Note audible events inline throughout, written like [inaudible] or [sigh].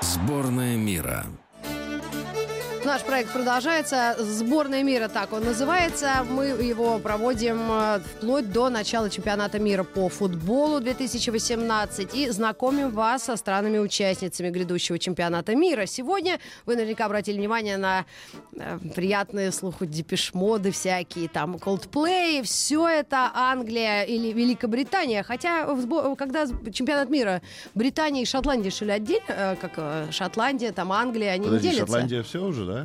Сборная мира. Наш проект продолжается. Сборная мира, так он называется. Мы его проводим э, вплоть до начала чемпионата мира по футболу 2018 и знакомим вас со странами-участницами грядущего чемпионата мира. Сегодня вы наверняка обратили внимание на э, приятные слуху депешмоды всякие, там Coldplay, все это Англия или Великобритания. Хотя, в сбо- когда сб- чемпионат мира Британии и Шотландии шли отдельно, э, как э, Шотландия, там Англия, они Подожди, не делятся. Шотландия все уже, да?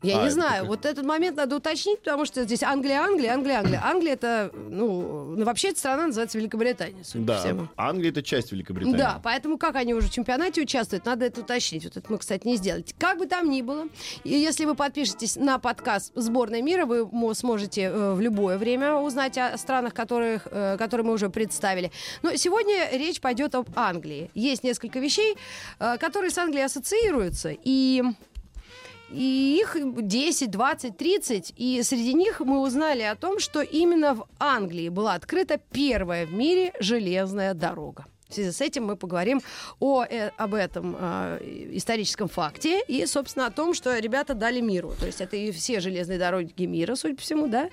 Я А, не это знаю, как- вот этот момент надо уточнить, потому что здесь Англия, Англия, Англия, Англия. Англия это, ну, ну, вообще эта страна называется Великобритания, судя по Да. всему. Англия это часть Великобритании. Да, поэтому как они уже в чемпионате участвуют, надо это уточнить. Вот это мы, кстати, не сделали. Как бы там ни было, и если вы подпишетесь на подкаст «Сборная мира», вы мо- сможете э, в любое время узнать о странах, которых, э, которые мы уже представили. Но сегодня речь пойдет об Англии. Есть несколько вещей, э, которые с Англией ассоциируются, и... И их 10, 20, 30. И среди них мы узнали о том, что именно в Англии была открыта первая в мире железная дорога. В связи с этим мы поговорим о, э, об этом э, историческом факте и, собственно, о том, что ребята дали миру. То есть это и все железные дороги мира, судя по всему, да?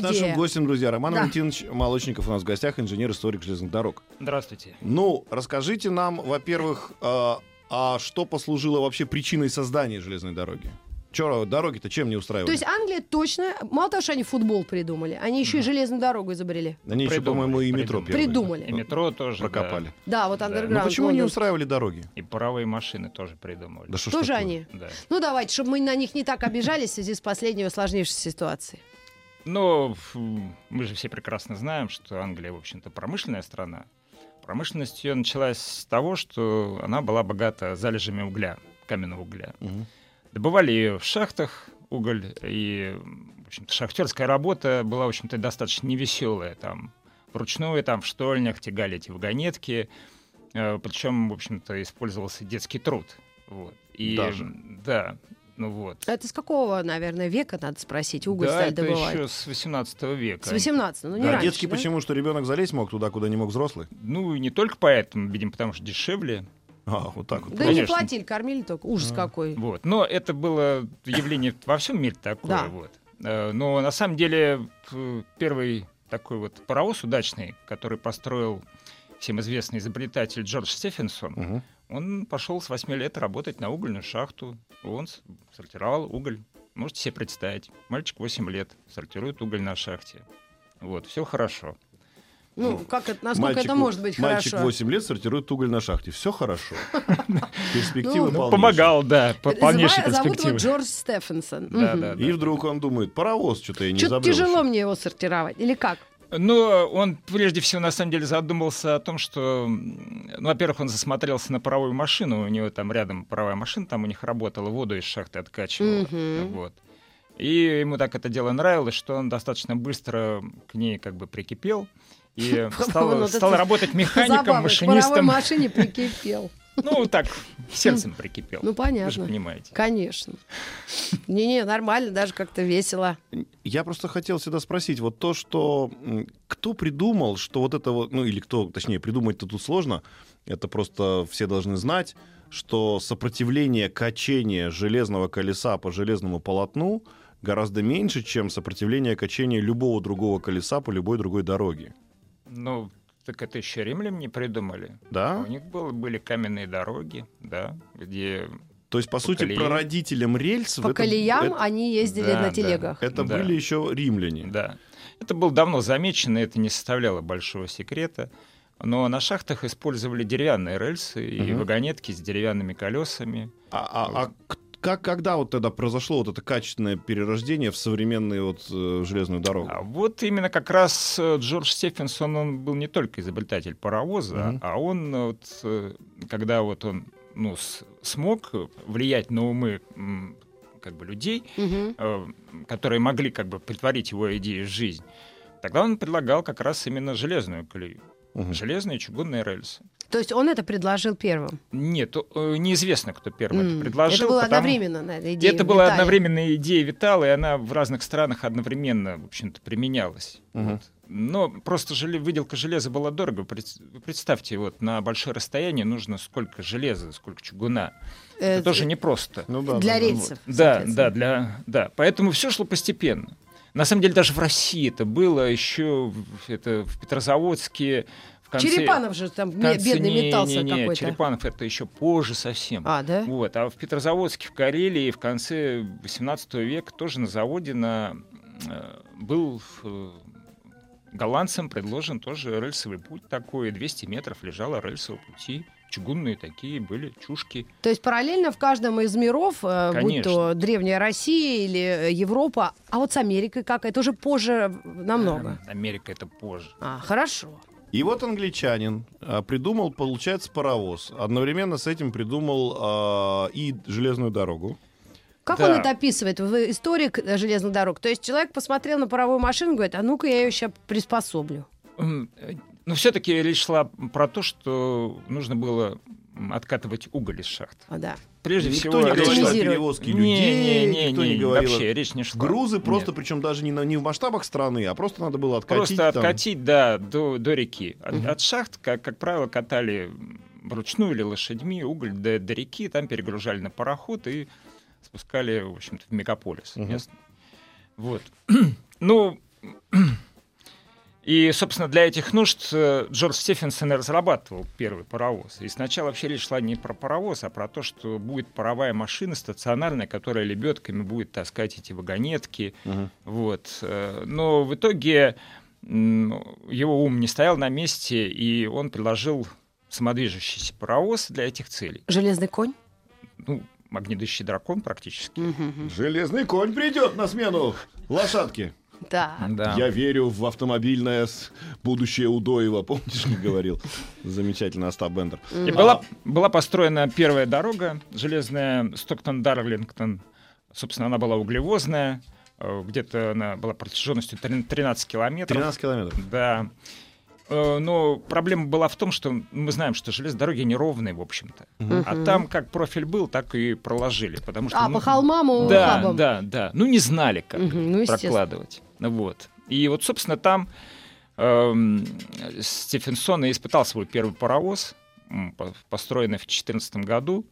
Ну, как с нашим идея. гостем, друзья. Роман Да. Валентинович Молочников у нас в гостях, инженер-историк железных дорог. Здравствуйте. Ну, расскажите нам, во-первых, э, а что послужило вообще причиной создания железной дороги? Че, дороги-то чем не устраивали? То есть а Англия точно, мало того, что они футбол придумали, они еще и железную дорогу изобрели. Они еще, Придумали, по-моему, и метро придумали. первое Придумали. И метро тоже. да. прокопали. Да, вот Да. Underground. Ну почему не London. устраивали дороги? И паровые машины тоже придумали. Да что ж Тоже такое? они. Да. Ну, давайте, чтобы мы на них не так обижались в связи с последней усложнившейся ситуацией. Но фу, мы же все прекрасно знаем, что Англия, в общем-то, промышленная страна. Промышленность ее началась с того, что она была богата залежами угля, каменного угля. Мгм. Добывали ее в шахтах уголь, и, в общем-то, шахтерская работа была, в общем-то, достаточно невеселая. Там вручную, там в штольнях тягали эти вагонетки, причем, в общем-то, использовался детский труд. Вот. И, Даже? м, Да, ну вот. Это с какого, наверное, века, надо спросить, уголь да, стали это добывать? еще с 18 века. С 18 ну не А раньше, детский да? почему? Что ребенок залезть мог туда, куда не мог взрослый? Ну, и не только поэтому, видимо, потому что дешевле. А, вот так вот. Да не Конечно. платили, кормили только. Ужас какой. Вот. Но это было явление во всем мире такое. Да. Вот. Э, Но на самом деле п- первый такой вот паровоз удачный, который построил всем известный изобретатель Джордж Стефенсон, Мгм. он пошел с 8 лет работать на угольную шахту. Он с- сортировал уголь. Можете себе представить. Мальчик 8 лет, сортирует уголь на шахте. Вот, все хорошо. Ну, как это, насколько Мальчику- это может быть мальчик хорошо? 8 лет сортирует уголь на шахте. [laughs] Все хорошо. Перспективы Ну, полнейшие. Помогал, да, по Зва- полнейшей Э, Зовут его перспективе. Джорж Стефенсон. Да, да, И вдруг он думает, паровоз что-то я не Что-то изобрел тяжело еще. мне его сортировать. Или как? Ну, он прежде всего на самом деле задумался о том, что, м, ну, во-первых, он засмотрелся на паровую машину, у него там рядом паровая машина, там у них работала, воду из шахты откачивала, Мгм. вот. И ему так это дело нравилось, что он достаточно быстро к ней как бы прикипел и [laughs] По-моему, стал, вот стал это [laughs] работать Забавно, механиком, к паровой машинистом, машине прикипел. [laughs] ну так сердцем прикипел. Ну, Вы же понятно. понимаете. Конечно. Не-не, нормально, даже как-то весело. Я просто хотел всегда спросить, вот то, что м, кто придумал, что вот это вот, ну или кто, точнее, придумать-то тут сложно, это просто все должны знать, что сопротивление качения железного колеса по железному полотну гораздо меньше, чем сопротивление качения любого другого колеса по любой другой дороге. Ну, так это еще римляне не придумали. Да? А? У них было, были каменные дороги, да, где То есть, по, По сути, колеям. прародителем рельс... в По этом- колеям это- они ездили Да, на да. телегах. Это Да. были еще римляне. Да. Это было давно замечено, это не составляло большого секрета. Но на шахтах использовали деревянные рельсы и Мгм. вагонетки с деревянными колесами. А, а- а к- как, когда вот тогда произошло вот это качественное перерождение в современную вот э, железную дорогу? А вот именно как раз э, Джордж Стефенсон, он был не только изобретатель паровоза, Мгм. а он, э, вот, э, когда вот он ну, с- смог влиять на умы м, как бы людей, Мгм. э, которые могли как бы притворить его идеи в жизнь, тогда он предлагал как раз именно железную колею. Мгм. железные чугунные рельсы. То есть он это предложил первым. Нет, э, неизвестно, кто первым М. это предложил. это было потому- одновременно, наверное, идея это была Виталия. одновременная идея Витала, и она в разных странах одновременно, в общем-то, применялась. Мгм. Вот. Но просто желе- выделка железа была дорого. Пред- Вы представьте, вот на большое расстояние нужно сколько железа, сколько чугуна. Э, Это тоже непросто. Ну Для рельсов. Да, соответственно. да, для, да. Поэтому все шло постепенно. На самом деле даже в России это было еще в, это, в Петрозаводске. В конце, Черепанов же там в ме- конце- бедный не, металл не, не, какой-то. Черепанов это еще позже совсем. А, да? Вот. А в Петрозаводске, в Карелии в конце 18 века тоже на заводе на, э, был э, голландцам предложен тоже рельсовый путь такой. 200 метров лежало рельсового пути. Чугунные такие были, чушки. То есть параллельно в каждом из миров, э, будь то Конечно. Древняя Россия или э, Европа, а вот с Америкой как? Это уже позже намного. Э, Америка это позже. А, хорошо. И вот англичанин а, придумал, получается, паровоз. Одновременно с этим придумал а, и железную дорогу. Как Да. он это описывает? Вы историк э, железных дорог. То есть человек посмотрел на паровую машину и говорит, а ну-ка я ее сейчас приспособлю. М, э, Но все-таки речь шла про то, что нужно было м, откатывать уголь из шахт. А, да. Прежде никто всего, не речь говорил о шла- Оптимизировать. перевозке Не, людей, не, не, никто не, не говорил. о- вообще речь не шла. Грузы просто, Нет. причем даже не, на- не в масштабах страны, а просто надо было откатить. Просто там. откатить, да, до, до реки. От, Мгм. от шахт, как, как правило, катали м, вручную или лошадьми уголь до, до реки, там перегружали на пароход и спускали, в общем-то, в мегаполис Мгм. местный. Вот. [clears throat] ну, и, собственно, для этих нужд э, Джордж Стефенсон и разрабатывал первый паровоз. И сначала вообще речь шла не про паровоз, а про то, что будет паровая машина стационарная, которая лебедками будет таскать эти вагонетки, Мгм. вот. э, Но в итоге м, его ум не стоял на месте, и он предложил самодвижущийся паровоз для этих целей. Железный конь? Ну, магнедущий дракон практически. Железный конь придет на смену лошадки. Да. Да. Я верю в автомобильное с- будущее Удоева. [laughs] Помнишь, как говорил? Замечательно, Остап Бендер. А, И была, была построена первая дорога железная Стоктон-Дарлингтон. Собственно, она была углевозная. э, Где-то она была протяженностью трин- 13 километров. 13 километров. Да. Э, Но проблема была в том, что мы знаем, что железные дороги неровные, в общем-то. А там как профиль был, так и проложили. Потому что, А, ну, по холмам у Да, ухабам. да, да. Ну, не знали, как Мгм, ну, естественно. прокладывать. Ну, Вот. И вот, собственно, там эм, Стефенсон и испытал свой первый паровоз, м, по- построенный в 2014 году.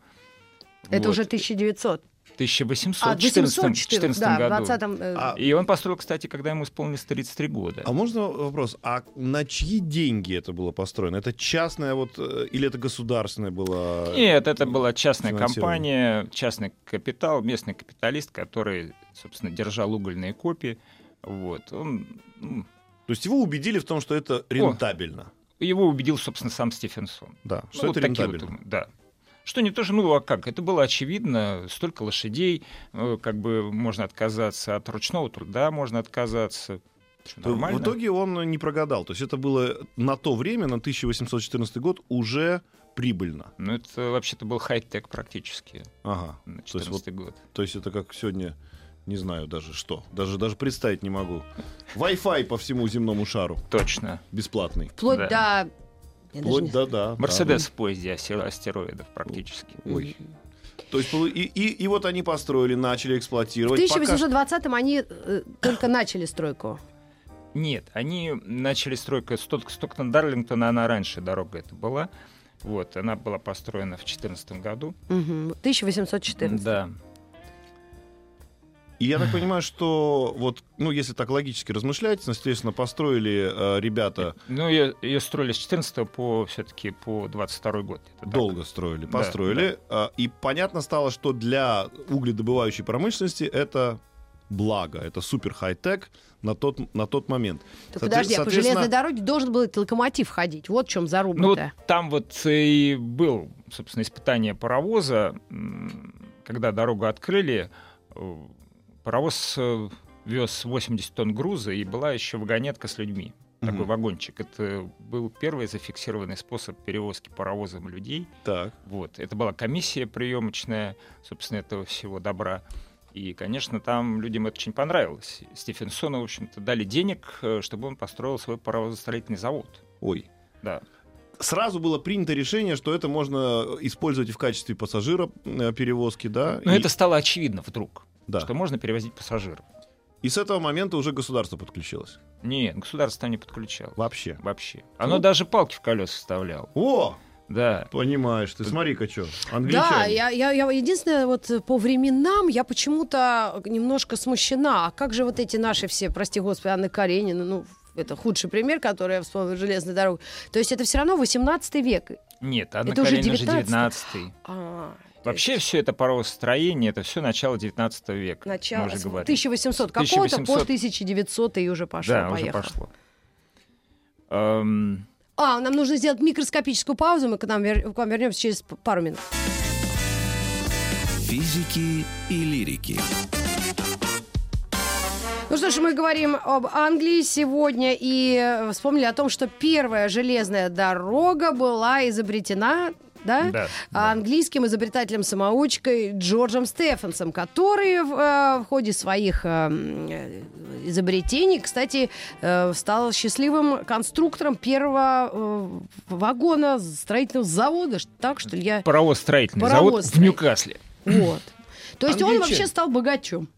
Это Вот. уже 1900. А, 1814 1814, да, в году. 20 э, А, И он построил, кстати, когда ему исполнилось 33 года. А можно вопрос, а на чьи деньги это было построено? Это частное вот э, или это государственное было? Нет, это была частная финансирование. компания, частный капитал, местный капиталист, который, собственно, держал угольные копии. Вот. Он, ну, м, То есть его убедили в том, что это рентабельно. его убедил, собственно, сам Стефенсон. Да, Ну, что вот это такие рентабельно. вот, да. Что не тоже, ну а как? Это было очевидно, столько лошадей, э, как бы можно отказаться от ручного труда, можно отказаться. Всё То Нормально. В итоге он не прогадал. То есть это было на то время, на 1814 год, уже прибыльно. Ну, это вообще-то был хай-тек практически Ага. на То есть вот- 14 год. То есть это как сегодня, не знаю даже что. Даже, даже представить не могу. Wi-Fi по всему земному шару. Точно. Бесплатный. вплоть да. до... я даже не Вплоть до, да. ну да. Мерседес в поезде асте- астероидов практически. Ой. То есть полу- и, и, и вот они построили, начали В эксплуатировать. пока- 1820-м они э, только начали стройку. Нет, они начали стройку Сток- Стоктон-Дарлингтона, она раньше дорога это была. Вот, она была построена в 2014 году. Мгм. 1814. Да. И я так понимаю, что вот, ну, если так логически размышлять, естественно, построили э, ребята, Ну, ее, ее строили с 14 по все-таки по 22 год. Это так. долго строили, Да, построили. э, и понятно стало, что для угледобывающей промышленности это благо, это супер хай-тек на тот, на тот момент. Так Соответ- подожди, а по соответственно- железной дороге должен был этот локомотив ходить. Вот в чем заруба Ну, вот там вот и был, собственно, испытание паровоза. М, Когда дорогу открыли, э, паровоз э, вез 80 тонн груза, и была еще вагонетка с людьми. Такой Мгм. вагончик. Это был первый зафиксированный способ перевозки паровозом людей. Так. Вот. Это была комиссия приемочная, собственно, этого всего добра. И, конечно, там людям это очень понравилось. Стефенсону, в общем-то, дали денег, э, чтобы он построил свой паровозостроительный завод. Ой. Да. Сразу было принято решение, что это можно использовать и в качестве пассажира э, перевозки, да? Но и, это стало очевидно вдруг, да. что можно перевозить пассажиров. И с этого момента уже государство подключилось. Нет, государство там не подключало. Вообще. Вообще. Оно даже палки в колеса вставляло. О! Да. Понимаешь, ты смотри-ка что, Да, англичане. я, я, я единственное, вот э, по временам я почему-то немножко смущена. А как же вот эти наши все, прости господи, Анны Каренина, ну, это худший пример, который я вспомнила, железной дороги. То есть это все равно 18 век. Нет, Анна Это уже Каренина же 19-й. 19 А, то Вообще есть все это паровостроение, это все начало 19 века. начало мы уже с говорили. 1800 какого-то по 1800. 1900 и уже пошло, да, поехало. уже пошло. Эм, А, нам нужно сделать микроскопическую паузу, мы к, нам вер- к вам вернемся через п- пару минут. Физики и лирики. Ну что ж, мы говорим об Англии сегодня и э, вспомнили о том, что первая железная дорога была изобретена, да? да, а, да. английским изобретателем-самоучкой Джорджем Стефенсом, который в, э, в ходе своих э, м, э, изобретений, кстати, э, стал счастливым конструктором первого э, вагона строительного завода, ш- так что ли я... Паровоз строительный завод Паровоз в Ньюкасле. Вот. То есть он Англичанин. вообще стал богачом.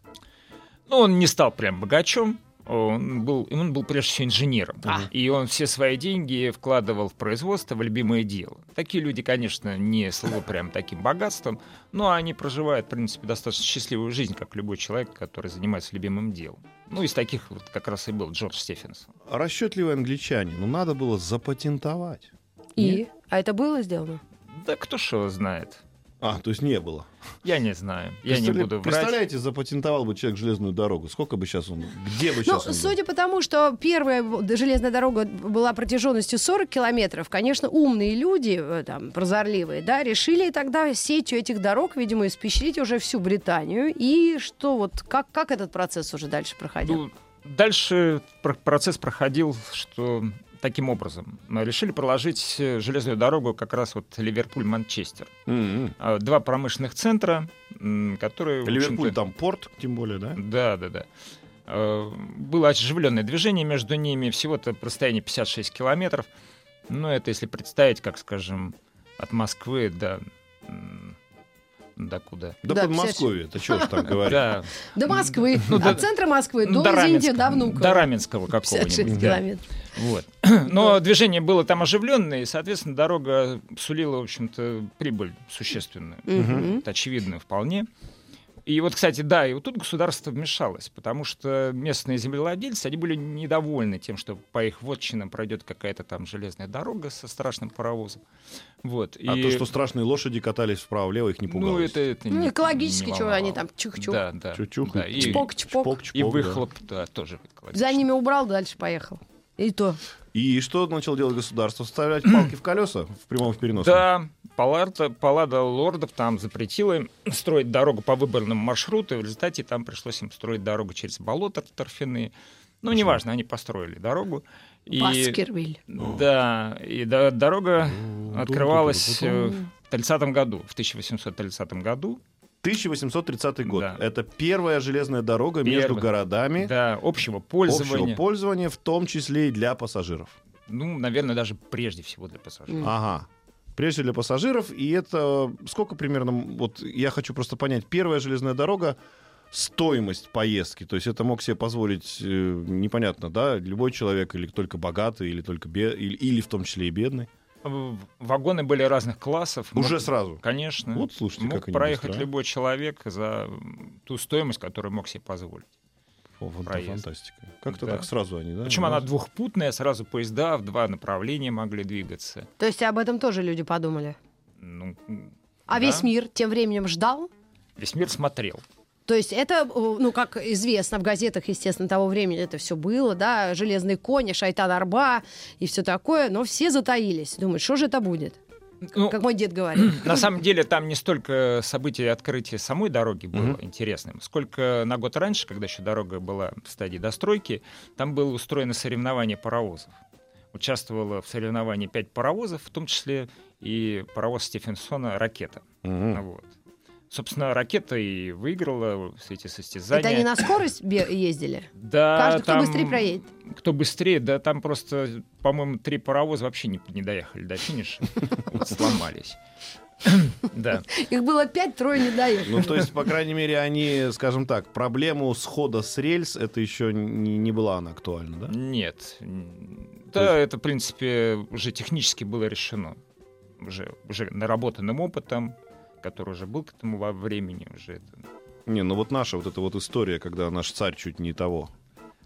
Ну, он не стал прям богачом, он был, он был прежде всего инженером. А. И он все свои деньги вкладывал в производство, в любимое дело. Такие люди, конечно, не слова прям таким богатством, но они проживают, в принципе, достаточно счастливую жизнь, как любой человек, который занимается любимым делом. Ну, из таких вот как раз и был Джордж Стефенсон. Расчетливые англичане, ну надо было запатентовать. И? А это было сделано? Да кто ж его знает? А, то есть не было. Я не знаю. Я не Представля- буду врать. Представляете, запатентовал бы человек железную дорогу. Сколько бы сейчас он... Где бы Ну, сейчас он был? судя по тому, что первая б- железная дорога была протяженностью 40 километров, конечно, умные люди, э, там, прозорливые, да, решили тогда сетью этих дорог, видимо, испещрить уже всю Британию. И что вот, как, как этот процесс уже дальше проходил? Ну, Дальше про- процесс проходил, что таким образом. Мы Решили проложить э, железную дорогу как раз вот Ливерпуль-Манчестер. М-м. А, Два промышленных центра, м, которые... в общем-то, Ливерпуль там порт, тем более, да? Да, да, да. Э, Было оживленное движение между ними, всего-то расстояние 56 километров. Но это если представить, как, скажем, от Москвы до... м, до куда? Да, Да, Подмосковье, это что ж [laughs] там говорить. Да, До Москвы, ну, от да- центра Москвы ну, до, извините, до Внуково. До Раменского какого-нибудь. 56 да. километров. [clears throat] Вот. Но движение было там оживленное, и, соответственно, дорога сулила, в общем-то, прибыль существенную. Мгм. Это очевидно вполне. И вот, кстати, да, и вот тут государство вмешалось, потому что местные землевладельцы, они были недовольны тем, что по их вотчинам пройдет какая-то там железная дорога со страшным паровозом. Вот. А и- то, что страшные лошади катались вправо-лево, их не пугало. Ну, это, это Ну, не- экологически, не чего волновало. они там, чух-чух. Да, да. Чух-чух. да, и, Чпок-чпок. и выхлоп, да, тоже экологически. За ними убрал, дальше поехал. И то. И что начал делать государство? [clears throat] Вставлять палки в колеса в прямом и в переносном? Да, палата, палада лордов там запретила им строить дорогу по выбранному маршруту, и в результате там пришлось им строить дорогу через болото торфяные. Ну, неважно, они построили дорогу. И, Баскервиль. Да, и до- дорога открывалась э, в 30 году, в 1830 году. 1830 год. Да. Это первая железная дорога между Первая. городами Да, общего общего пользования. пользования, в том числе и для пассажиров. Ну, наверное, даже прежде всего для пассажиров. Мгм. Ага. Прежде для пассажиров. И это сколько примерно? Вот я хочу просто понять. Первая железная дорога стоимость поездки, то есть это мог себе позволить э, непонятно, да, любой человек или только богатый, или только бе- или, или в том числе и бедный. В- Вагоны были разных классов. Уже Мог- сразу. Конечно. Вот слушайте, мог как они проехать быстро, а. любой человек за м, ту стоимость, которую мог себе позволить. О, вот это Проезд. фантастика. Как-то Да. так сразу они, да? Причем раз. она двухпутная, сразу поезда в два направления могли двигаться. То есть об этом тоже люди подумали. Ну, А да. весь мир тем временем ждал. Весь мир смотрел. То есть это, э, ну, как известно, в газетах, естественно, того времени это все было, да, «Железный конь», «Шайтан Арба» и все такое, но все затаились. Думают, что же это будет? Ну, Как мой [clears throat] дед говорит. на самом деле там не столько событий открытия самой дороги было интересным, сколько на год раньше, когда еще дорога была в стадии достройки, там было устроено соревнование паровозов. Участвовало в соревновании пять паровозов, в том числе и паровоз Стефенсона «Ракета». Мгм. Вот. собственно, ракета и выиграла все эти состязания. Это они на скорость бе- ездили? Да, Каждый, кто А там- быстрее проедет. Кто быстрее, да там просто, по-моему, три паровоза вообще не, не доехали [laughs] до финиша. Вот сломались. Да. Их было пять, трое не доехали. Ну, то есть, по крайней мере, они, скажем так, проблему схода с рельс, это еще не, не была она актуальна, да? Нет. М, Да, это, в принципе, уже технически было решено. Уже, уже наработанным опытом, который уже был к этому во времени. Уже это, Не, ну вот наша вот эта вот история, когда наш царь чуть не того.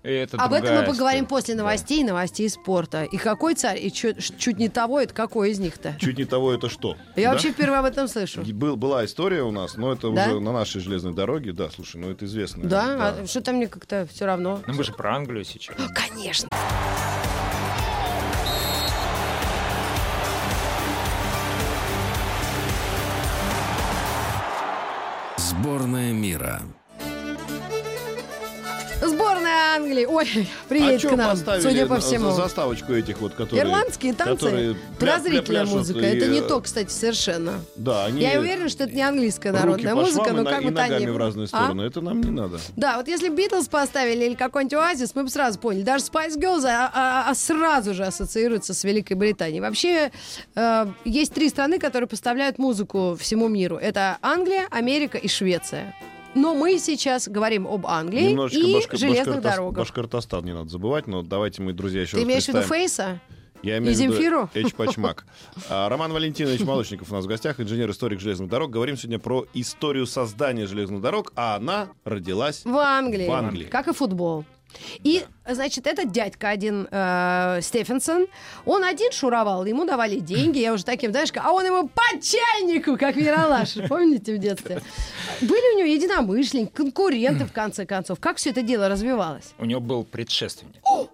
И это Об этом мы другая поговорим история. после Да. новостей и новостей спорта. И какой царь, и чё- ш- чуть не того, это какой из них-то? Чуть не того это что? Я Да? вообще впервые об этом слышу. И был- была история у нас, но это Да? уже на нашей железной дороге. Да, слушай, ну это известно. Да, А что-то мне как-то все равно. Ну, мы же про Англию сейчас. Конечно. Сборная мира. Сборная Англии. Ой, А приедет чё к нам, поставили судя по на- всему. за- заставочку этих вот, которые... Ирландские танцы. которые пля- Подозрительная пляшут музыка. и, Это не э, то, кстати, совершенно. Да, они... Я уверена, что это не английская руки народная по музыка, швам и но на- как и бы то ни ногами в было. разные А? стороны. Это нам не надо. Да, вот если Битлз поставили или какой-нибудь Оазис, мы бы сразу поняли. Даже Spice Girls а, а- а сразу же ассоциируется с Великой Британией. Вообще, э, есть три страны, которые поставляют музыку всему миру. Это Англия, Америка и Швеция. Но мы сейчас говорим об Англии Немножечко и башка- железных Башкортос- дорогах. Башкортостан не надо забывать, но давайте мы, друзья, еще Ты раз имеешь в виду представим. Фейса? Я И имею в Земфиру? виду Эчпачмак. А, Роман Валентинович Молочников у нас в гостях, инженер-историк железных дорог. Говорим сегодня про историю создания железных дорог, а она родилась... В Англии. В Англии. Как и футбол. И, значит, этот дядька один, э, Стефенсон, он один шуровал, ему давали деньги, я уже таким, знаешь, а он ему по чайнику, как Миралаш, помните в детстве? Были у него единомышленники, конкуренты, в конце концов. Как все это дело развивалось? У него был предшественник. Вот.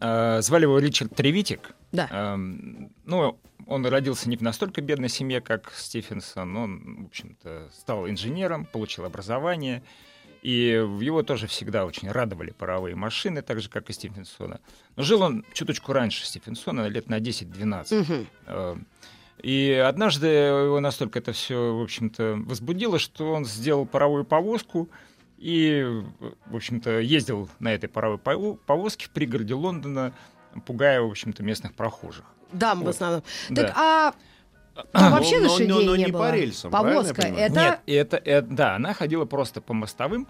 А, Звали его Ричард Тревитик. Да. Эм, Ну, он родился не в настолько бедной семье, как Стефенсон. Он, в общем-то, стал инженером, получил образование. И в его тоже всегда очень радовали паровые машины, так же, как и Стефенсона. Но жил он чуточку раньше Стефенсона, лет на 10-12. Мгм. Э, И однажды его настолько это все, в общем-то, возбудило, что он сделал паровую повозку и, в общем-то, ездил на этой паровой пов- повозке в пригороде Лондона, пугая, в общем-то, местных прохожих. Дам в Вот. основном. Так, Да. а там вообще Ну, Но- но- лошадей но- но не не было? по рельсам, правильно я Повозка, понимаю? это... Нет, и это, э, да, она ходила просто по мостовым.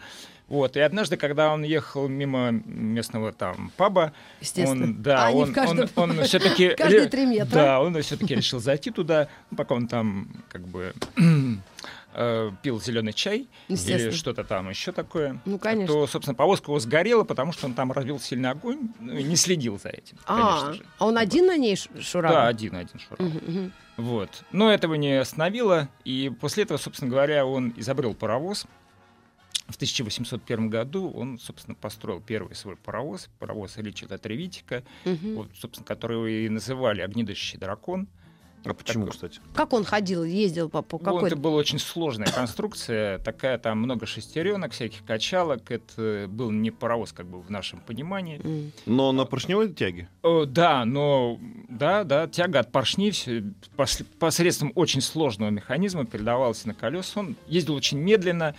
Вот, и однажды, когда он ехал мимо местного там паба, Естественно. он, да, Они в он, каждом- [laughs] все-таки... каждые три метра. Да, он все-таки решил зайти туда, ну, пока он там как бы [clears throat] э, пил зеленый чай или Естественно. что-то там еще такое. Ну, конечно. То, собственно, повозка его сгорела, потому что он там развил сильный огонь ну, и не следил за этим, А, конечно же. а он один на ней ш- шуровал? Да, один-один шурал. Мгм, мгм. Вот. Но этого не остановило, и после этого, собственно говоря, он изобрел паровоз. В 1801 году он, собственно, построил первый свой паровоз, паровоз Ричарда Тревитика, Мгм. вот, собственно, которого и называли «Огнедышащий дракон». А почему, Такой. кстати? Как он ходил, ездил по, по Ну, какой это была очень сложная конструкция, такая там много шестеренок, всяких качалок. Это был не паровоз, как бы в нашем понимании. М. Но на поршневой тяге? О, да, но да, да, тяга от поршней всё пос- посредством очень сложного механизма передавалась на колеса. Он ездил очень медленно.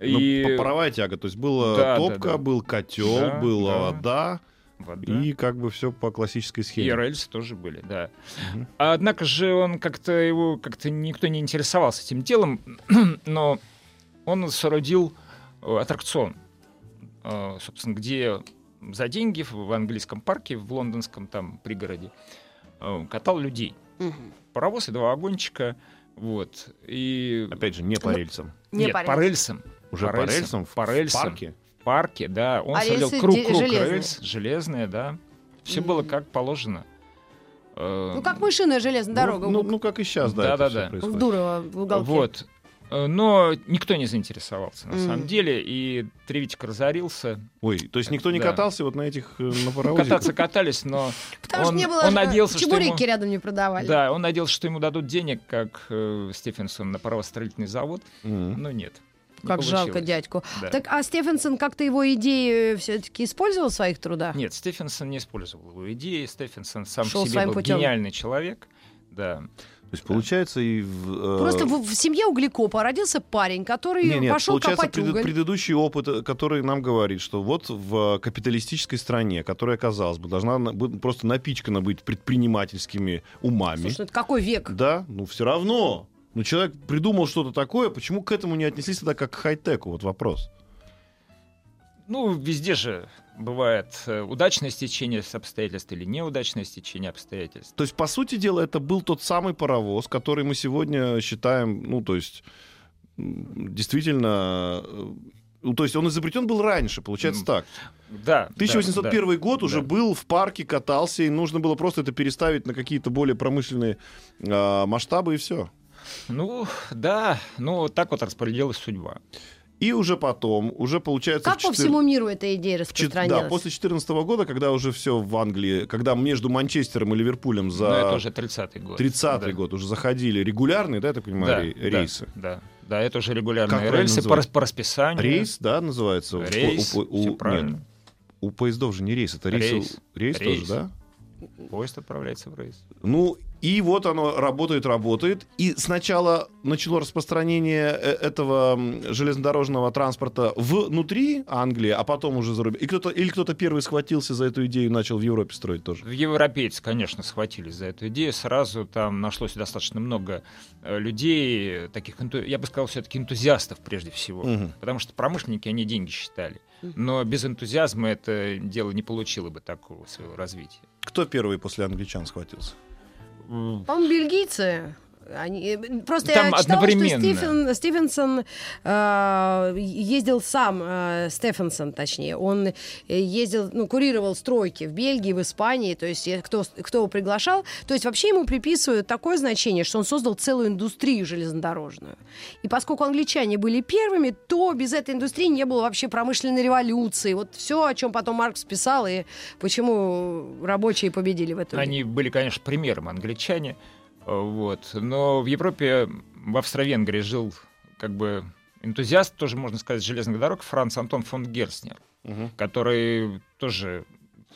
Ну, и п- паровая тяга, то есть была Да, да, топка, да. был котел, Да, была да. вода, вода, и как бы все по классической и схеме. рельсы тоже были, да. Мгм. А Однако же он как-то его как-то никто не интересовался этим делом, [clears throat] но он соорудил э, аттракцион, э, собственно, где за деньги в- в английском парке, в лондонском там пригороде э, катал людей. Мгм. Паровоз и два вагончика, вот. И Опять же, не по Ну, рельсам. Не Нет, по по рельсам. Уже по рельсам? в- По рельсам. В парке? В парке, да. Он А соорудил рельсы де- круг, круг железные? рельс, железные, да. Все было Мгм. как положено. Э, Ну, как мышиная железная дорога. Ну, ну, ну, как и сейчас, да, Да-да-да. это всё в происходит. Дурово, в уголке. Вот. Э, Но никто не заинтересовался, на Мгм. самом деле. И Тревитик разорился. Ой, то есть никто не Да. катался вот на этих, э, на паровозиках? Кататься катались, но Потому что Он- не было он же- надеялся, что чебуреки ему- рядом не продавали. да, он надеялся, что ему дадут денег, как э, Стефенсон на паровостроительный завод, Мгм. но нет. не Как жалко получилось. дядьку. Да. Так, а Стефенсон как-то его идеи все-таки использовал в своих трудах? Нет, Стефенсон не использовал его идеи. Стефенсон сам Шёл по себе своим был путём. гениальный человек. Да. То есть получается и... в, э, Просто в, в семье углекопа родился парень, который не, нет, пошел получается копать пред- уголь. предыдущий опыт, э, который нам говорит, что вот в э, капиталистической стране, которая, казалось бы, должна на- бы- просто напичкана быть предпринимательскими умами, Слушай, ну это какой век? да, ну все равно, ну человек придумал что-то такое, почему к этому не отнеслись тогда как к хай-теку, вот вопрос. Ну, везде же бывает э, удачное стечение с обстоятельств или неудачное стечение обстоятельств. То есть, по сути дела, это был тот самый паровоз, который мы сегодня считаем, ну, то есть, м, действительно... э, Ну, то есть он изобретен был раньше, получается М, так. Да. 1801 год уже Да. был в парке, катался, и нужно было просто это переставить на какие-то более промышленные а, масштабы, и все. да. Ну, да, ну вот так вот распределилась судьба. И уже потом, уже получается... Как в по 14 всему миру эта идея в чет- Да, распространялась? после 14 года, когда уже все в Англии, когда между Манчестером и Ливерпулем Но Ну, это за уже 30-й год. 30-й Да. год уже заходили регулярные, да, я так понимаю, Да, рей- да, рейсы? Да, да, это уже Как регулярные правильно рельсы по, называть? рас- по расписанию. Рейс, да, называется? Рейс, У, у- у- всё нет, правильно. у поездов же не рейс, это рейс. Рейс. Рейс, Рейс. тоже, да? Поезд отправляется в рейс. Ну, и вот оно работает, работает. И сначала начало распространение э, этого м, железнодорожного транспорта внутри Англии, а потом уже за рубеж. И кто-то, или кто-то первый схватился за эту идею и начал в Европе строить тоже. Европейцы, конечно, схватились за эту идею. Сразу там нашлось достаточно много э, людей, таких, энту- я бы сказал, все-таки энтузиастов прежде всего. Мгм. Потому что промышленники, они деньги считали. Но без энтузиазма это дело не получило бы такого своего развития. Кто первый после англичан схватился? По-моему, бельгийцы. Они... э, Просто Там я читала, одновременно. что Стивен- Стивенсон э, ездил сам, э, Стефенсон точнее, он э, ездил, ну, курировал стройки в Бельгии, в Испании, то есть э, кто, кто его приглашал. То есть вообще ему приписывают такое значение, что он создал целую индустрию железнодорожную. И поскольку англичане были первыми, то без этой индустрии не было вообще промышленной революции. Вот все, о чем потом Маркс писал, и почему рабочие победили в этом. Они были, конечно, примером англичане. э, Вот. Но в Европе, в Австро-Венгрии жил как бы энтузиаст, тоже можно сказать, железных дорог, Франц Антон фон Герснер, который тоже,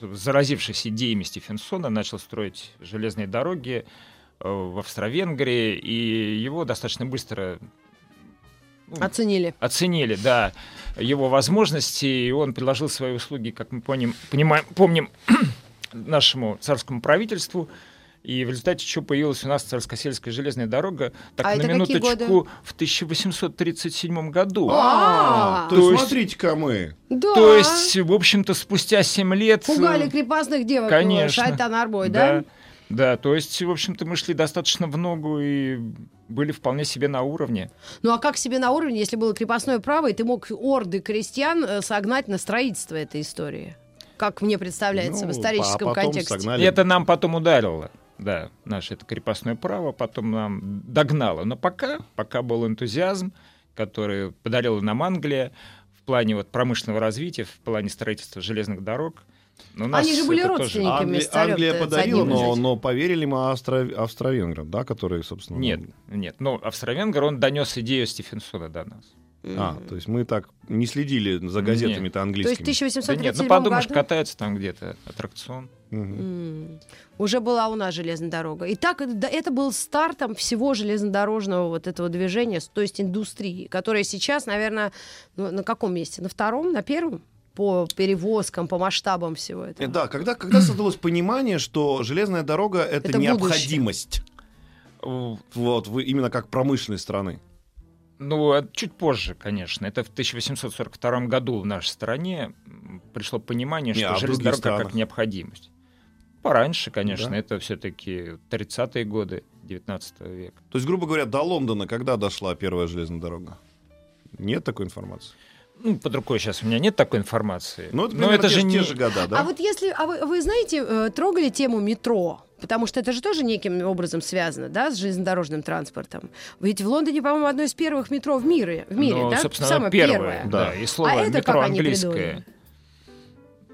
заразившись идеями Стефенсона, начал строить железные дороги э, в Австро-Венгрии, и его достаточно быстро ну, Оценили. оценили, да, его возможности, и он предложил свои услуги, как мы поним- понимаем, помним, [clears throat] нашему царскому правительству. И в результате чего появилась у нас царско-сельская железная дорога, так А на это какие годы? минуточку в 1837 году. А, то есть то есть- смотрите-ка мы. Да. То есть, в общем-то, спустя 7 лет... э, Пугали крепостных девок. э, Конечно. Шайтан Арбой, да? Да, то есть, в общем-то, мы шли достаточно в ногу и были вполне себе на уровне. Ну а как себе на уровне, если было крепостное право, и ты мог орды крестьян э, согнать на строительство этой истории? Как мне представляется Ну, в историческом а потом контексте. согнали. Это нам потом ударило. Да, наше это крепостное право потом нам догнало. Но пока, пока был энтузиазм, который подарила нам Англия в плане вот промышленного развития, в плане строительства железных дорог. Но у нас Они же были это тоже- родственниками. Англи- с царем-то, Англия с подарила, одним но, из этих. но поверили мы австро- австро-венграм, да, которые, собственно... Нет, нет. Но Австро-Венгр, он донес идею Стефенсона до нас. А, то есть мы так не следили за газетами-то То есть в английскими. 1837 Да нет, ну подумаешь, году катается там где-то аттракцион. Мгм. М, уже была у нас железная дорога. И так это- да, это был стартом всего железнодорожного вот этого движения, с- то есть индустрии, которая сейчас, наверное, ну, на каком месте? На втором, на первом? По перевозкам, по масштабам всего Э, этого. Да, когда, когда создалось понимание, что железная дорога это, Это будущее. необходимость. Э, Вот, вы именно как промышленной страны. Ну, а чуть позже, конечно. Это в 1842 году в нашей стране м, пришло понимание, Не, что а в железная других дорога как странах? необходимость. Пораньше, конечно, Да. это все-таки 30-е годы 19 века. То есть, грубо говоря, до Лондона когда дошла первая железная дорога? Нет такой информации. Ну, под рукой сейчас у меня нет такой информации. Ну, это, Но примерно это те, же же- не... те же года, да? А вот если, а вы, вы знаете, э, трогали тему метро? Потому что это же тоже неким образом связано, да, с железнодорожным транспортом. Ведь в Лондоне, по-моему, одно из первых метро в мире, в мире, Ну, да? собственно, Самое первое. первое. Да. Да. И слово А это метро как они английское.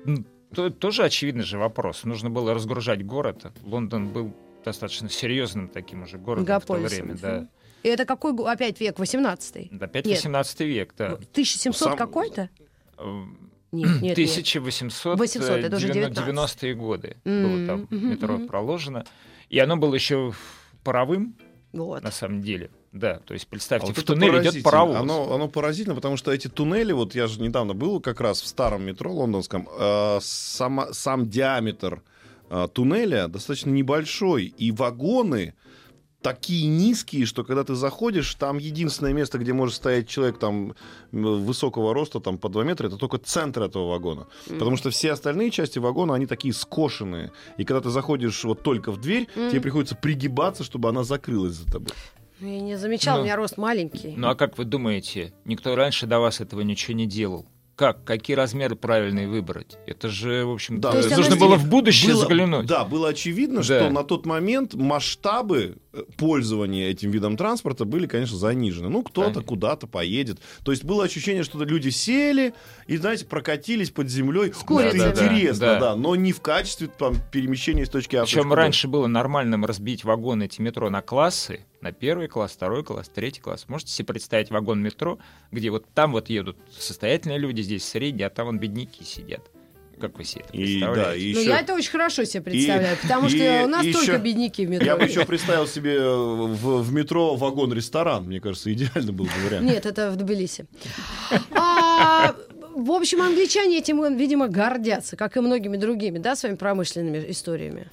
Ну, то- тоже очевидный же вопрос. Нужно было разгружать город. Лондон был достаточно серьезным таким уже городом в то Мегаполисом, время. Да. мгм. И это какой го- опять век 18 Опять Нет. 18 век, да. 1700 Сам- [clears throat] какой-то? Эм, Нет, нет, нет. 1800 800, это уже 90-е годы Мгм, было там мгм, метро мгм. проложено. И оно было еще паровым, Вот. на самом деле. Да, то есть А представьте, вот в это туннель идет поразительно. паровоз. Оно, оно поразительно, потому что эти туннели, вот я же недавно был как раз в старом метро лондонском, э, сама- сам диаметр э, туннеля достаточно небольшой, и вагоны такие низкие, что когда ты заходишь, там единственное место, где может стоять человек там м, высокого роста, там по 2 метра, это только центр этого вагона. Мгм. Потому что все остальные части вагона, они такие скошенные. И когда ты заходишь вот только в дверь, Мгм. тебе приходится пригибаться, чтобы она закрылась за тобой. Ну, Я не замечал, Ну. у меня рост маленький. Ну а как вы думаете, никто раньше до вас этого ничего не делал? Как? Какие размеры правильные выбрать? Это же, в общем, Да, то То есть Э, нужно оно было здесь в будущее Было- заглянуть. Да, было очевидно, Да. что на тот момент масштабы э, пользования этим видом транспорта были, конечно, занижены. Ну, кто-то Конечно. куда-то поедет. То есть было ощущение, что люди сели и, знаете, прокатились под землей. Ух, курицей. это Да, да, интересно, да. да. но не в качестве там, перемещения из точки А в точку Причем Б. раньше было нормальным разбить вагон эти метро на классы, на первый класс, второй класс, третий класс. Можете себе представить вагон метро, где вот там вот едут состоятельные люди, здесь средние, а там вон бедняки сидят. Как вы себе это И, да, и представляете? Ну, еще- я это очень хорошо себе представляю, потому что и у нас еще- только бедняки в метро. Я бы еще представил себе э, в, в метро вагон-ресторан. Мне кажется, идеально был бы вариант. Нет, это в Тбилиси. А, в общем, англичане этим, видимо, гордятся, как и многими другими, да, своими промышленными историями.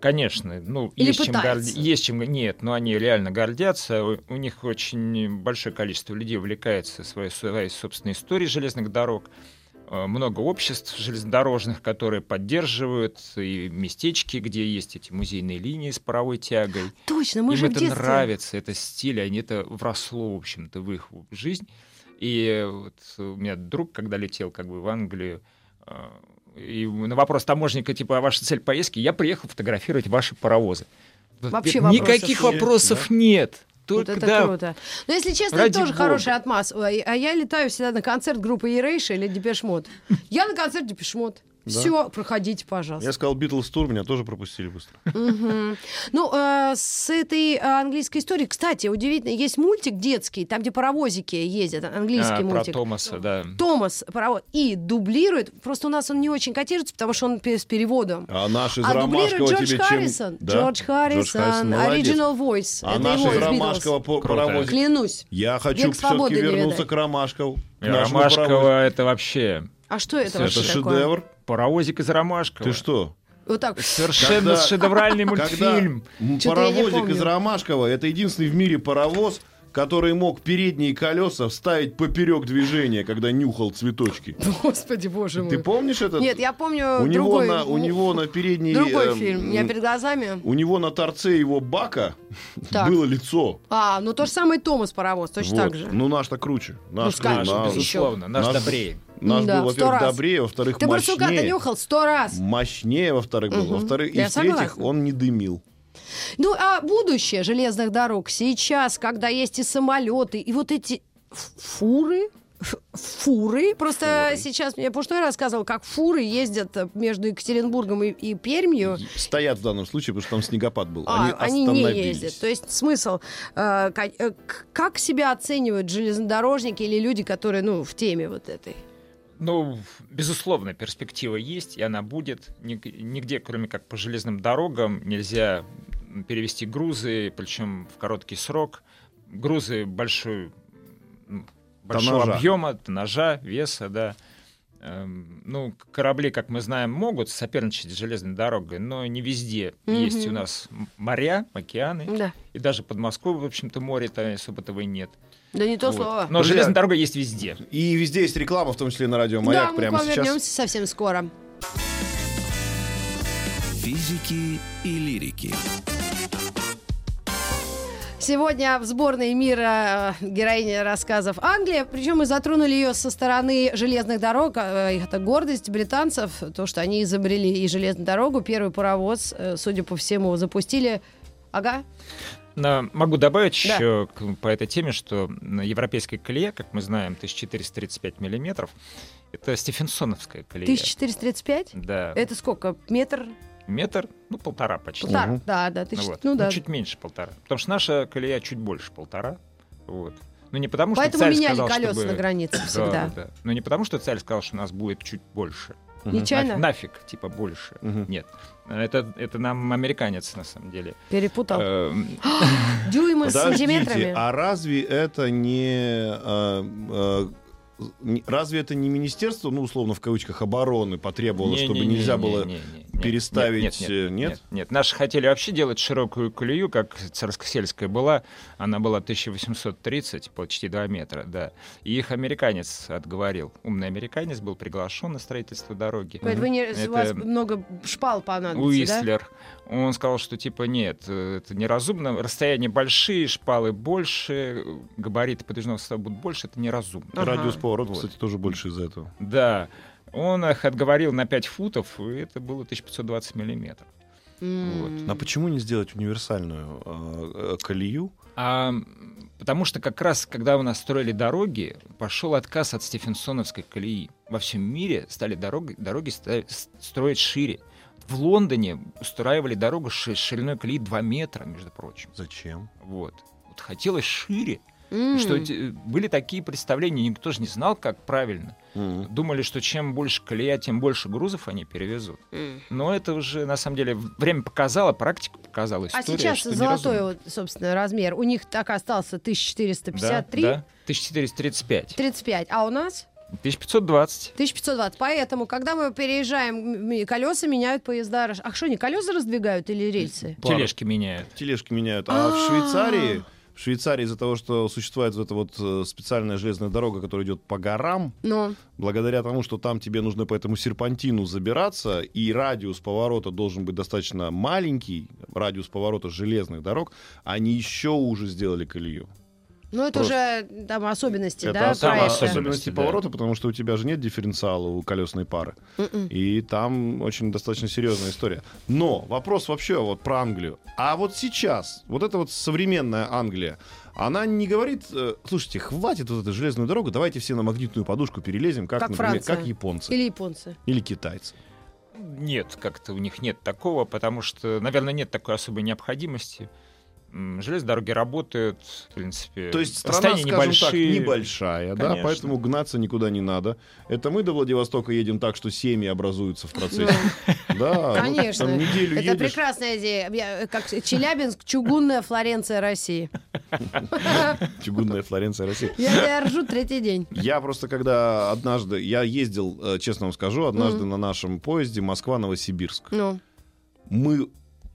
Конечно, ну Или есть чем, горд- пытаются. есть чем нет, но они реально гордятся. У, у них очень большое количество людей увлекается своей, своей собственной историей железных дорог. Э, Много обществ железнодорожных, которые поддерживают и местечки, где есть эти музейные линии с паровой тягой. Точно, мы Им же в это детстве. нравится, это стиль, они это вросло, в общем-то, в их жизнь. И э, вот у меня друг, когда летел как бы в Англию, э, и на вопрос таможника, типа, а ваша цель поездки, я приехал фотографировать ваши паровозы. Вот Вообще говорит, вопросов Никаких нет, вопросов нет. Вот Только это да, круто. Но если честно, ради это тоже бога. хороший отмаз. Ой, А я летаю всегда на концерт группы Ерейша или Депешмот. Я на концерт Депешмот. Да. Все, проходите, Я пожалуйста. сказал Битлз Тур, меня тоже пропустили быстро. Мгм. Ну, э, с этой э, английской историей, кстати, удивительно, есть мультик детский, там, где паровозики ездят, а, английский про мультик. Томаса, да. Томас паровоз и дублирует. Просто у нас он не очень котируется, потому что он пе- с переводом. А наш из а Ромашкова дублирует тебе Джордж чем... Харрисон. Да? Джордж Харрисон. молодец. Original Voice. А это наш его из из Beatles. Ромашкова по- Круто. паровозик. Клянусь. Я хочу Век все-таки свободы не вернуться видать. к Ромашкову. к нашему паровозику. Ромашкова, это вообще А что это Это Это вообще такое? шедевр. паровозик из Ромашкова. Ты что? Вот так. Совершенно Когда- [laughs] шедевральный Когда мультфильм. м, Чё-то я не паровозик помню. из Ромашкова это единственный в мире паровоз, который мог передние колеса вставить поперек движения, когда нюхал цветочки. [laughs] Господи, боже мой. Ты помнишь этот? Нет, я помню у него другой, на у него на передней другой эм, фильм. У меня перед глазами. у него на торце его бака Так. было лицо. А, ну то же самое и Томас паровоз, точно Вот. так же. Ну наш-то круче. Наш, Ну, конечно, наш, безусловно. Безусловно, наш Нас- добрее. наш Да, был, сто во-первых, раз. добрее, во-вторых, Ты барсука мощнее. ты нюхал сто раз. Мощнее, во-вторых, был. Мгм. Во-вторых, и Я в-третьих, согласна. он не дымил. Ну, а будущее железных дорог сейчас, когда есть и самолеты, и вот эти ф- фуры, ф- фуры. Просто Фуры. сейчас мне прошлый раз рассказывал, как фуры ездят э, между Екатеринбургом и, и Пермью. Стоят в данном случае, потому что там снегопад был. А, они, не остановились. ездят. То есть смысл, э, ка- э, к- как себя оценивают железнодорожники или люди, которые, ну, в теме вот этой? Ну, безусловно, перспектива есть, и она будет. Ник- Нигде, кроме как по железным дорогам, нельзя перевести грузы, причем в короткий срок. Грузы большой, м, большого Тоннажа. объема, тоннажа, веса, да. Эм, Ну, к- корабли, как мы знаем, могут соперничать с железной дорогой, но не везде. Мгм. Есть у нас м- моря, океаны, Да, и даже под Москвой, в общем-то, море-то особо-то и нет. да не то Вот. слово. Но Друзья, железная дорога есть везде. И везде есть реклама, в том числе и на радио да, Маяк мы Ну, прямо к вам сейчас. вернемся совсем скоро. Физики и лирики. Сегодня в сборной мира э, героиня рассказов Англия. Причем мы затронули ее со стороны железных дорог. Э, Это гордость британцев, то, что они изобрели и железную дорогу. Первый паровоз, э, судя по всему, запустили. Ага. На- Могу добавить Да. еще к- по этой теме, что на европейской колее, как мы знаем, 1435 миллиметров, это Стефенсоновская колея. 1435? Да, Это сколько? Метр? метр, ну полтора почти. Полтора. Мгм. Да, да. Ну Тысяч... вот. Ну Ну, да. чуть меньше полтора. Потому что наша колея чуть больше полтора. Вот. Ну не потому, Поэтому что царь меняли сказал, колеса чтобы- на границе Да, Ну, всегда. да, да. Но не потому, что царь сказал, что нас будет чуть больше. Мгм. Нечаянно? Нафиг, типа больше. Мгм. Нет. Это, это нам американец, на самом деле. Перепутал. Эм, Дюймы с Подождите, сантиметрами. а разве это не... а, а, не- Разве это не министерство, ну, условно, в кавычках, обороны потребовало, чтобы Не-не-не-не-не-не-не. нельзя было... Нет, нет, нет, переставить, нет, э, нет, нет? нет, нет. Наши хотели вообще делать широкую колею, как Царскосельская была. Она была 1830, почти 2 метра, да. И их американец отговорил. Умный американец был приглашен на строительство дороги. Говорит, вы не- Это- У вас много шпал понадобится, да? Уистлер. Он сказал, что типа нет, э, это неразумно. Расстояния большие, шпалы больше, э, габариты подвижного состава будут больше, это неразумно. Ага. Радиус поворота, Вот. кстати, тоже больше из-за этого. Да. Он их отговорил на 5 футов, и это было 1520 миллиметров. М. А почему не сделать универсальную а, э, колею? А, м, потому что как раз, когда у нас строили дороги, пошел отказ от стефенсоновской колеи. Во всем мире стали дороги, дороги ста- с- строить шире. В Лондоне устраивали дорогу ши- шириной колеи 2 метра, между прочим. Зачем? Вот. Вот хотелось шире. М. Что эти- были такие представления, никто же не знал, как правильно. Думали, что чем больше колея, тем больше грузов они перевезут. М. Но это уже, на самом деле, время показало, практика показала, А история, сейчас что золотой, неразумно. вот, собственно, размер. У них так остался Да, 1453, да. 1435. 35, а у нас 1520. 1520. Поэтому, когда мы переезжаем, м- м- колеса меняют поезда. рас- А что, не колеса раздвигают или рельсы? Пара. Тележки меняют. Тележки меняют. А в А. Швейцарии... В Швейцарии из-за того, что существует вот эта вот э, специальная железная дорога, которая идет по горам, Ну, благодаря тому, что там тебе нужно по этому серпантину забираться, и радиус поворота должен быть достаточно маленький, радиус поворота железных дорог, они еще уже сделали колею. ну это уже там особенности, да, это там проекта? особенности, особенности да. поворота, потому что у тебя же нет дифференциала у колесной пары. М-м. И там очень достаточно серьезная история. Но вопрос вообще вот про Англию. А вот сейчас, вот эта вот современная Англия, она не говорит, э, слушайте, хватит вот эту железную дорогу, давайте все на магнитную подушку перелезем, как, Как например, Франция. как японцы Или японцы. или китайцы. Нет, как-то у них нет такого, потому что, наверное, нет такой особой необходимости. М, Железные дороги работают, в принципе. То есть страна, расстояния скажем Э, небольшие. так, небольшая, да, Конечно. поэтому гнаться никуда не надо. Это мы до Владивостока едем так, что семьи образуются в процессе. Да, ну, Конечно. там неделю Это едешь. прекрасная идея. Я, э, Как Челябинск, чугунная Флоренция России. Чугунная Флоренция, Россия. Я, я ржу третий день. Я просто когда однажды, я ездил, э, честно вам скажу, однажды Мгм. на нашем поезде Москва-Новосибирск. Ну, Мы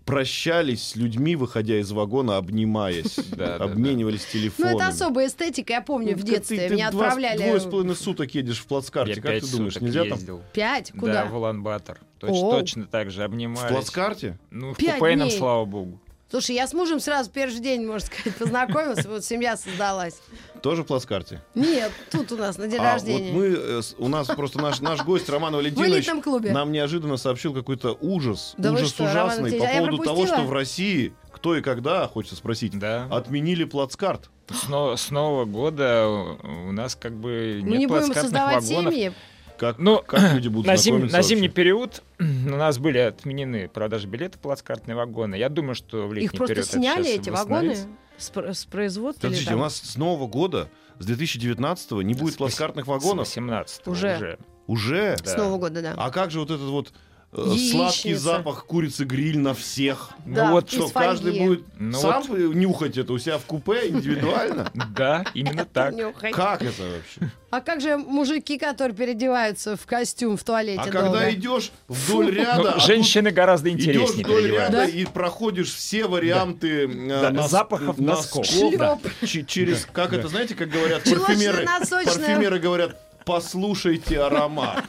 прощались с людьми, выходя из вагона, обнимаясь, [laughs] Да, да, да. обменивались ну телефонами. это особая эстетика, я помню, в Ну, Ты- детстве ты меня два с- отправляли... Двое с половиной суток едешь в Я плацкарте. Как пять ты думаешь, суток нельзя там? ездил. Пять? Куда? Да, в Улан-Батор. Оу. Точно, точно так же В обнимались. плацкарте? Ну, в Пять купейном, дней. слава богу. Слушай, я с мужем сразу в первый же день, можно сказать, познакомилась, вот семья создалась. Тоже в плацкарте? Нет, тут у нас на день А, рождения. Вот мы, э, с- у нас просто наш, наш гость Роман в Валентинович элитном клубе. нам неожиданно сообщил какой-то ужас, Да вы ужас что, Роман ужасный по Валентинович, а я поводу того, пропустила? что в России кто и когда, хочется спросить, Да. отменили плацкарт. С, но- с Нового года у у нас как Мы бы нет Ну, не будем плацкартных создавать вагонов. семьи. Как, Ну, [clears throat] как люди будут на, зим- знакомиться на зимний вообще? период [clears throat] у нас были отменены продажи билетов в плацкартные вагоны. Я думаю, что в летний Их просто период это сняли, сейчас эти вагоны, восстановится. с, про- с производства. или Подождите, там. у нас с нового года, с 2019 не будет С плацкартных вось- вагонов С 18 Уже. уже. уже. С да. Нового года, да. А как же вот этот вот э, Яичница. сладкий запах курицы гриль на всех? ну да, вот Что, из каждый фольги. будет Ну сам нюхать это у себя в [laughs] купе индивидуально? Да, именно так. Нюхай. Как это вообще? А как же мужики, которые переодеваются в костюм в туалете А долго? когда идешь вдоль ряда, а Ну, тут Женщины гораздо идешь интереснее вдоль переодеваются. ряда Да. и проходишь все варианты э, Да, запахов носков. Шлёп. ч- через, как это, знаете, как говорят парфюмеры, Чулочно-носочная. парфюмеры говорят, послушайте аромат.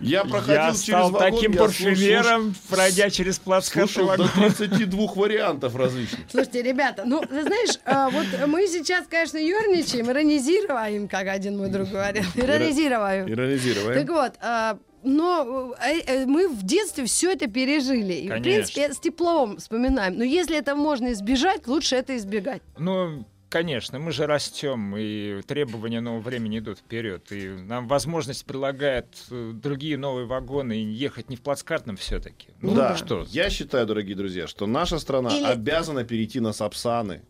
Я проходил Я через стал вагон, таким я парфюмером, пройдя через слушал- плацкартный слушал до вагон. 32 вариантов [laughs] различных. Слушайте, ребята, ну, ты знаешь, а, вот мы сейчас, конечно, юрничаем, иронизируем, как один мой друг говорил, иронизируем. Так Иронизируем. вот, а, но э, э, мы в детстве все это пережили. И, в Конечно. принципе, с теплом вспоминаем. Но если это можно избежать, лучше это избегать. Ну, конечно, мы же растем, и требования нового времени идут вперед, и нам возможность предлагают э, другие новые вагоны, и ехать не в плацкартном все-таки. Ну да, да. что? я считаю, дорогие друзья, что наша страна Или- обязана перейти на сапсаны.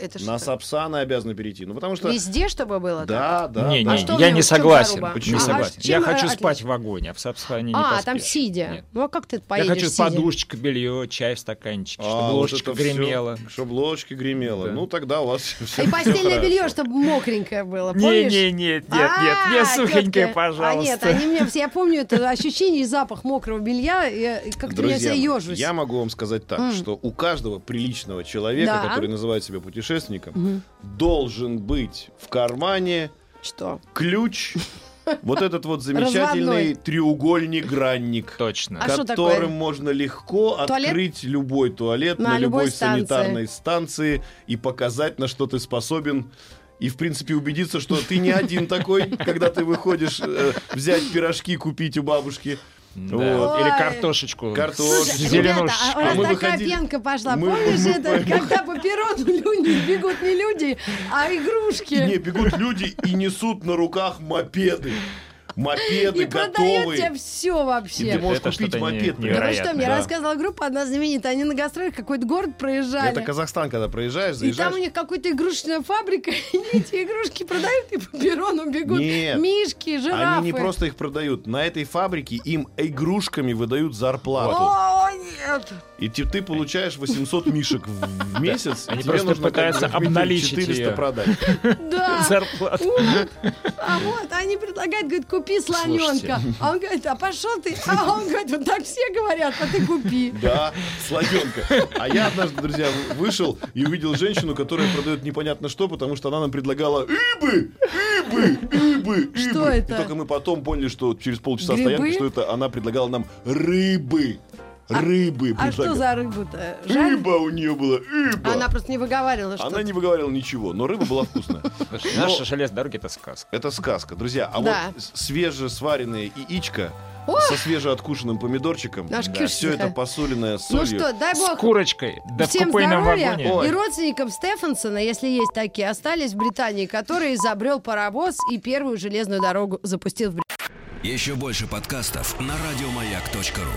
Это На что? сапсаны обязаны перейти. Ну, потому что... Везде, чтобы было так? Да, да. не, да. А не, что в я нем- не в чем согласен. заруба? Почему А согласен? чем, Я э, хочу отличие? спать в вагоне, а в Сапсане не А, там поспишь. сидя. Нет. Ну а как ты Я поедешь хочу сидя? подушечка, белье, чай в стаканчике, А, чтобы вот ложечка это всё, гремела. Чтобы ложечки гремело. Да. Ну, тогда у вас все А И постельное белье, чтобы мокренькое было, Не, помнишь? не, нет, нет, нет, А, мне сухенькое, тётка. пожалуйста. А нет, они мне, все- я помню это ощущение и запах мокрого белья, и, и как-то я Друзья, себя мои, ежусь. я могу вам сказать так, М. что у каждого приличного человека, Да. который называет себя путешественником, Мгм. должен быть в кармане Что? [laughs] ключ, вот этот вот замечательный Разводной. треугольник-гранник, Точно. А что такое? которым можно легко Туалет? открыть любой туалет На на любой любой станции. санитарной станции и показать, на что ты способен. И, в принципе, убедиться, что ты не [laughs] один такой, когда ты выходишь э, взять пирожки купить у бабушки. Да. Вот. Или Ой. картошечку. Картошечку. С Слушай, ребята, зеленушечкой. а у нас мы такая выходили- пенка пошла. мы- [laughs] Помнишь мы это, когда по перрону люди, бегут не люди, а игрушки? И Не, бегут люди и несут на руках мопеды. Мопеды и продает тебе готовые. все И вообще. ты можешь Это купить что-то не- мопед. Да вы что, Невероятно, мне да. рассказывала группа, одна знаменитая, они на гастролях какой-то город проезжали. Это Казахстан, когда проезжаешь, И там заезжаешь. у них какая-то игрушечная фабрика, [laughs] и они эти игрушки продают, и по перрону бегут Нет. мишки, жирафы. Они не просто их продают. На этой фабрике им игрушками выдают зарплату. О, нет! И ти- ты получаешь 800 мишек [laughs] в в месяц. и Они тебе просто нужно как пытаются бы, как минимум обналичить 400 её. продать. [laughs] Да! Зарплату. Ужас. А вот, они предлагают, говорят, купи слоненка. А он говорит, а пошел ты. А он говорит, вот так все говорят, а ты купи. Да, сладенка. А я однажды, друзья, вы- вышел и увидел женщину, которая продает непонятно что, потому что она нам предлагала ибы, ибы, ибы, ибы. Что это? И только мы потом поняли, что через полчаса Грибы? стоянки, что это она предлагала нам рыбы. Рыбы. А что предлагала. за рыбу-то? Жаль. Рыба у нее была, рыба. Она просто не выговаривала, что Она не выговаривала ничего, но рыба была вкусная. Ну, Слушай, Наша железная дорога это сказка. Это сказка, друзья. А Да. вот с- свежесваренное яичко Ох! со свежеоткушенным помидорчиком, Наш все Кирштиха. это посоленное с Ну солью. что, дай С бог, курочкой. Да в Всем купейном здоровья вагоне. Ой. и родственникам Стефансона, если есть такие, остались в Британии, который изобрел паровоз и первую железную дорогу запустил в Британии. Еще больше подкастов на радиомаяк.ру.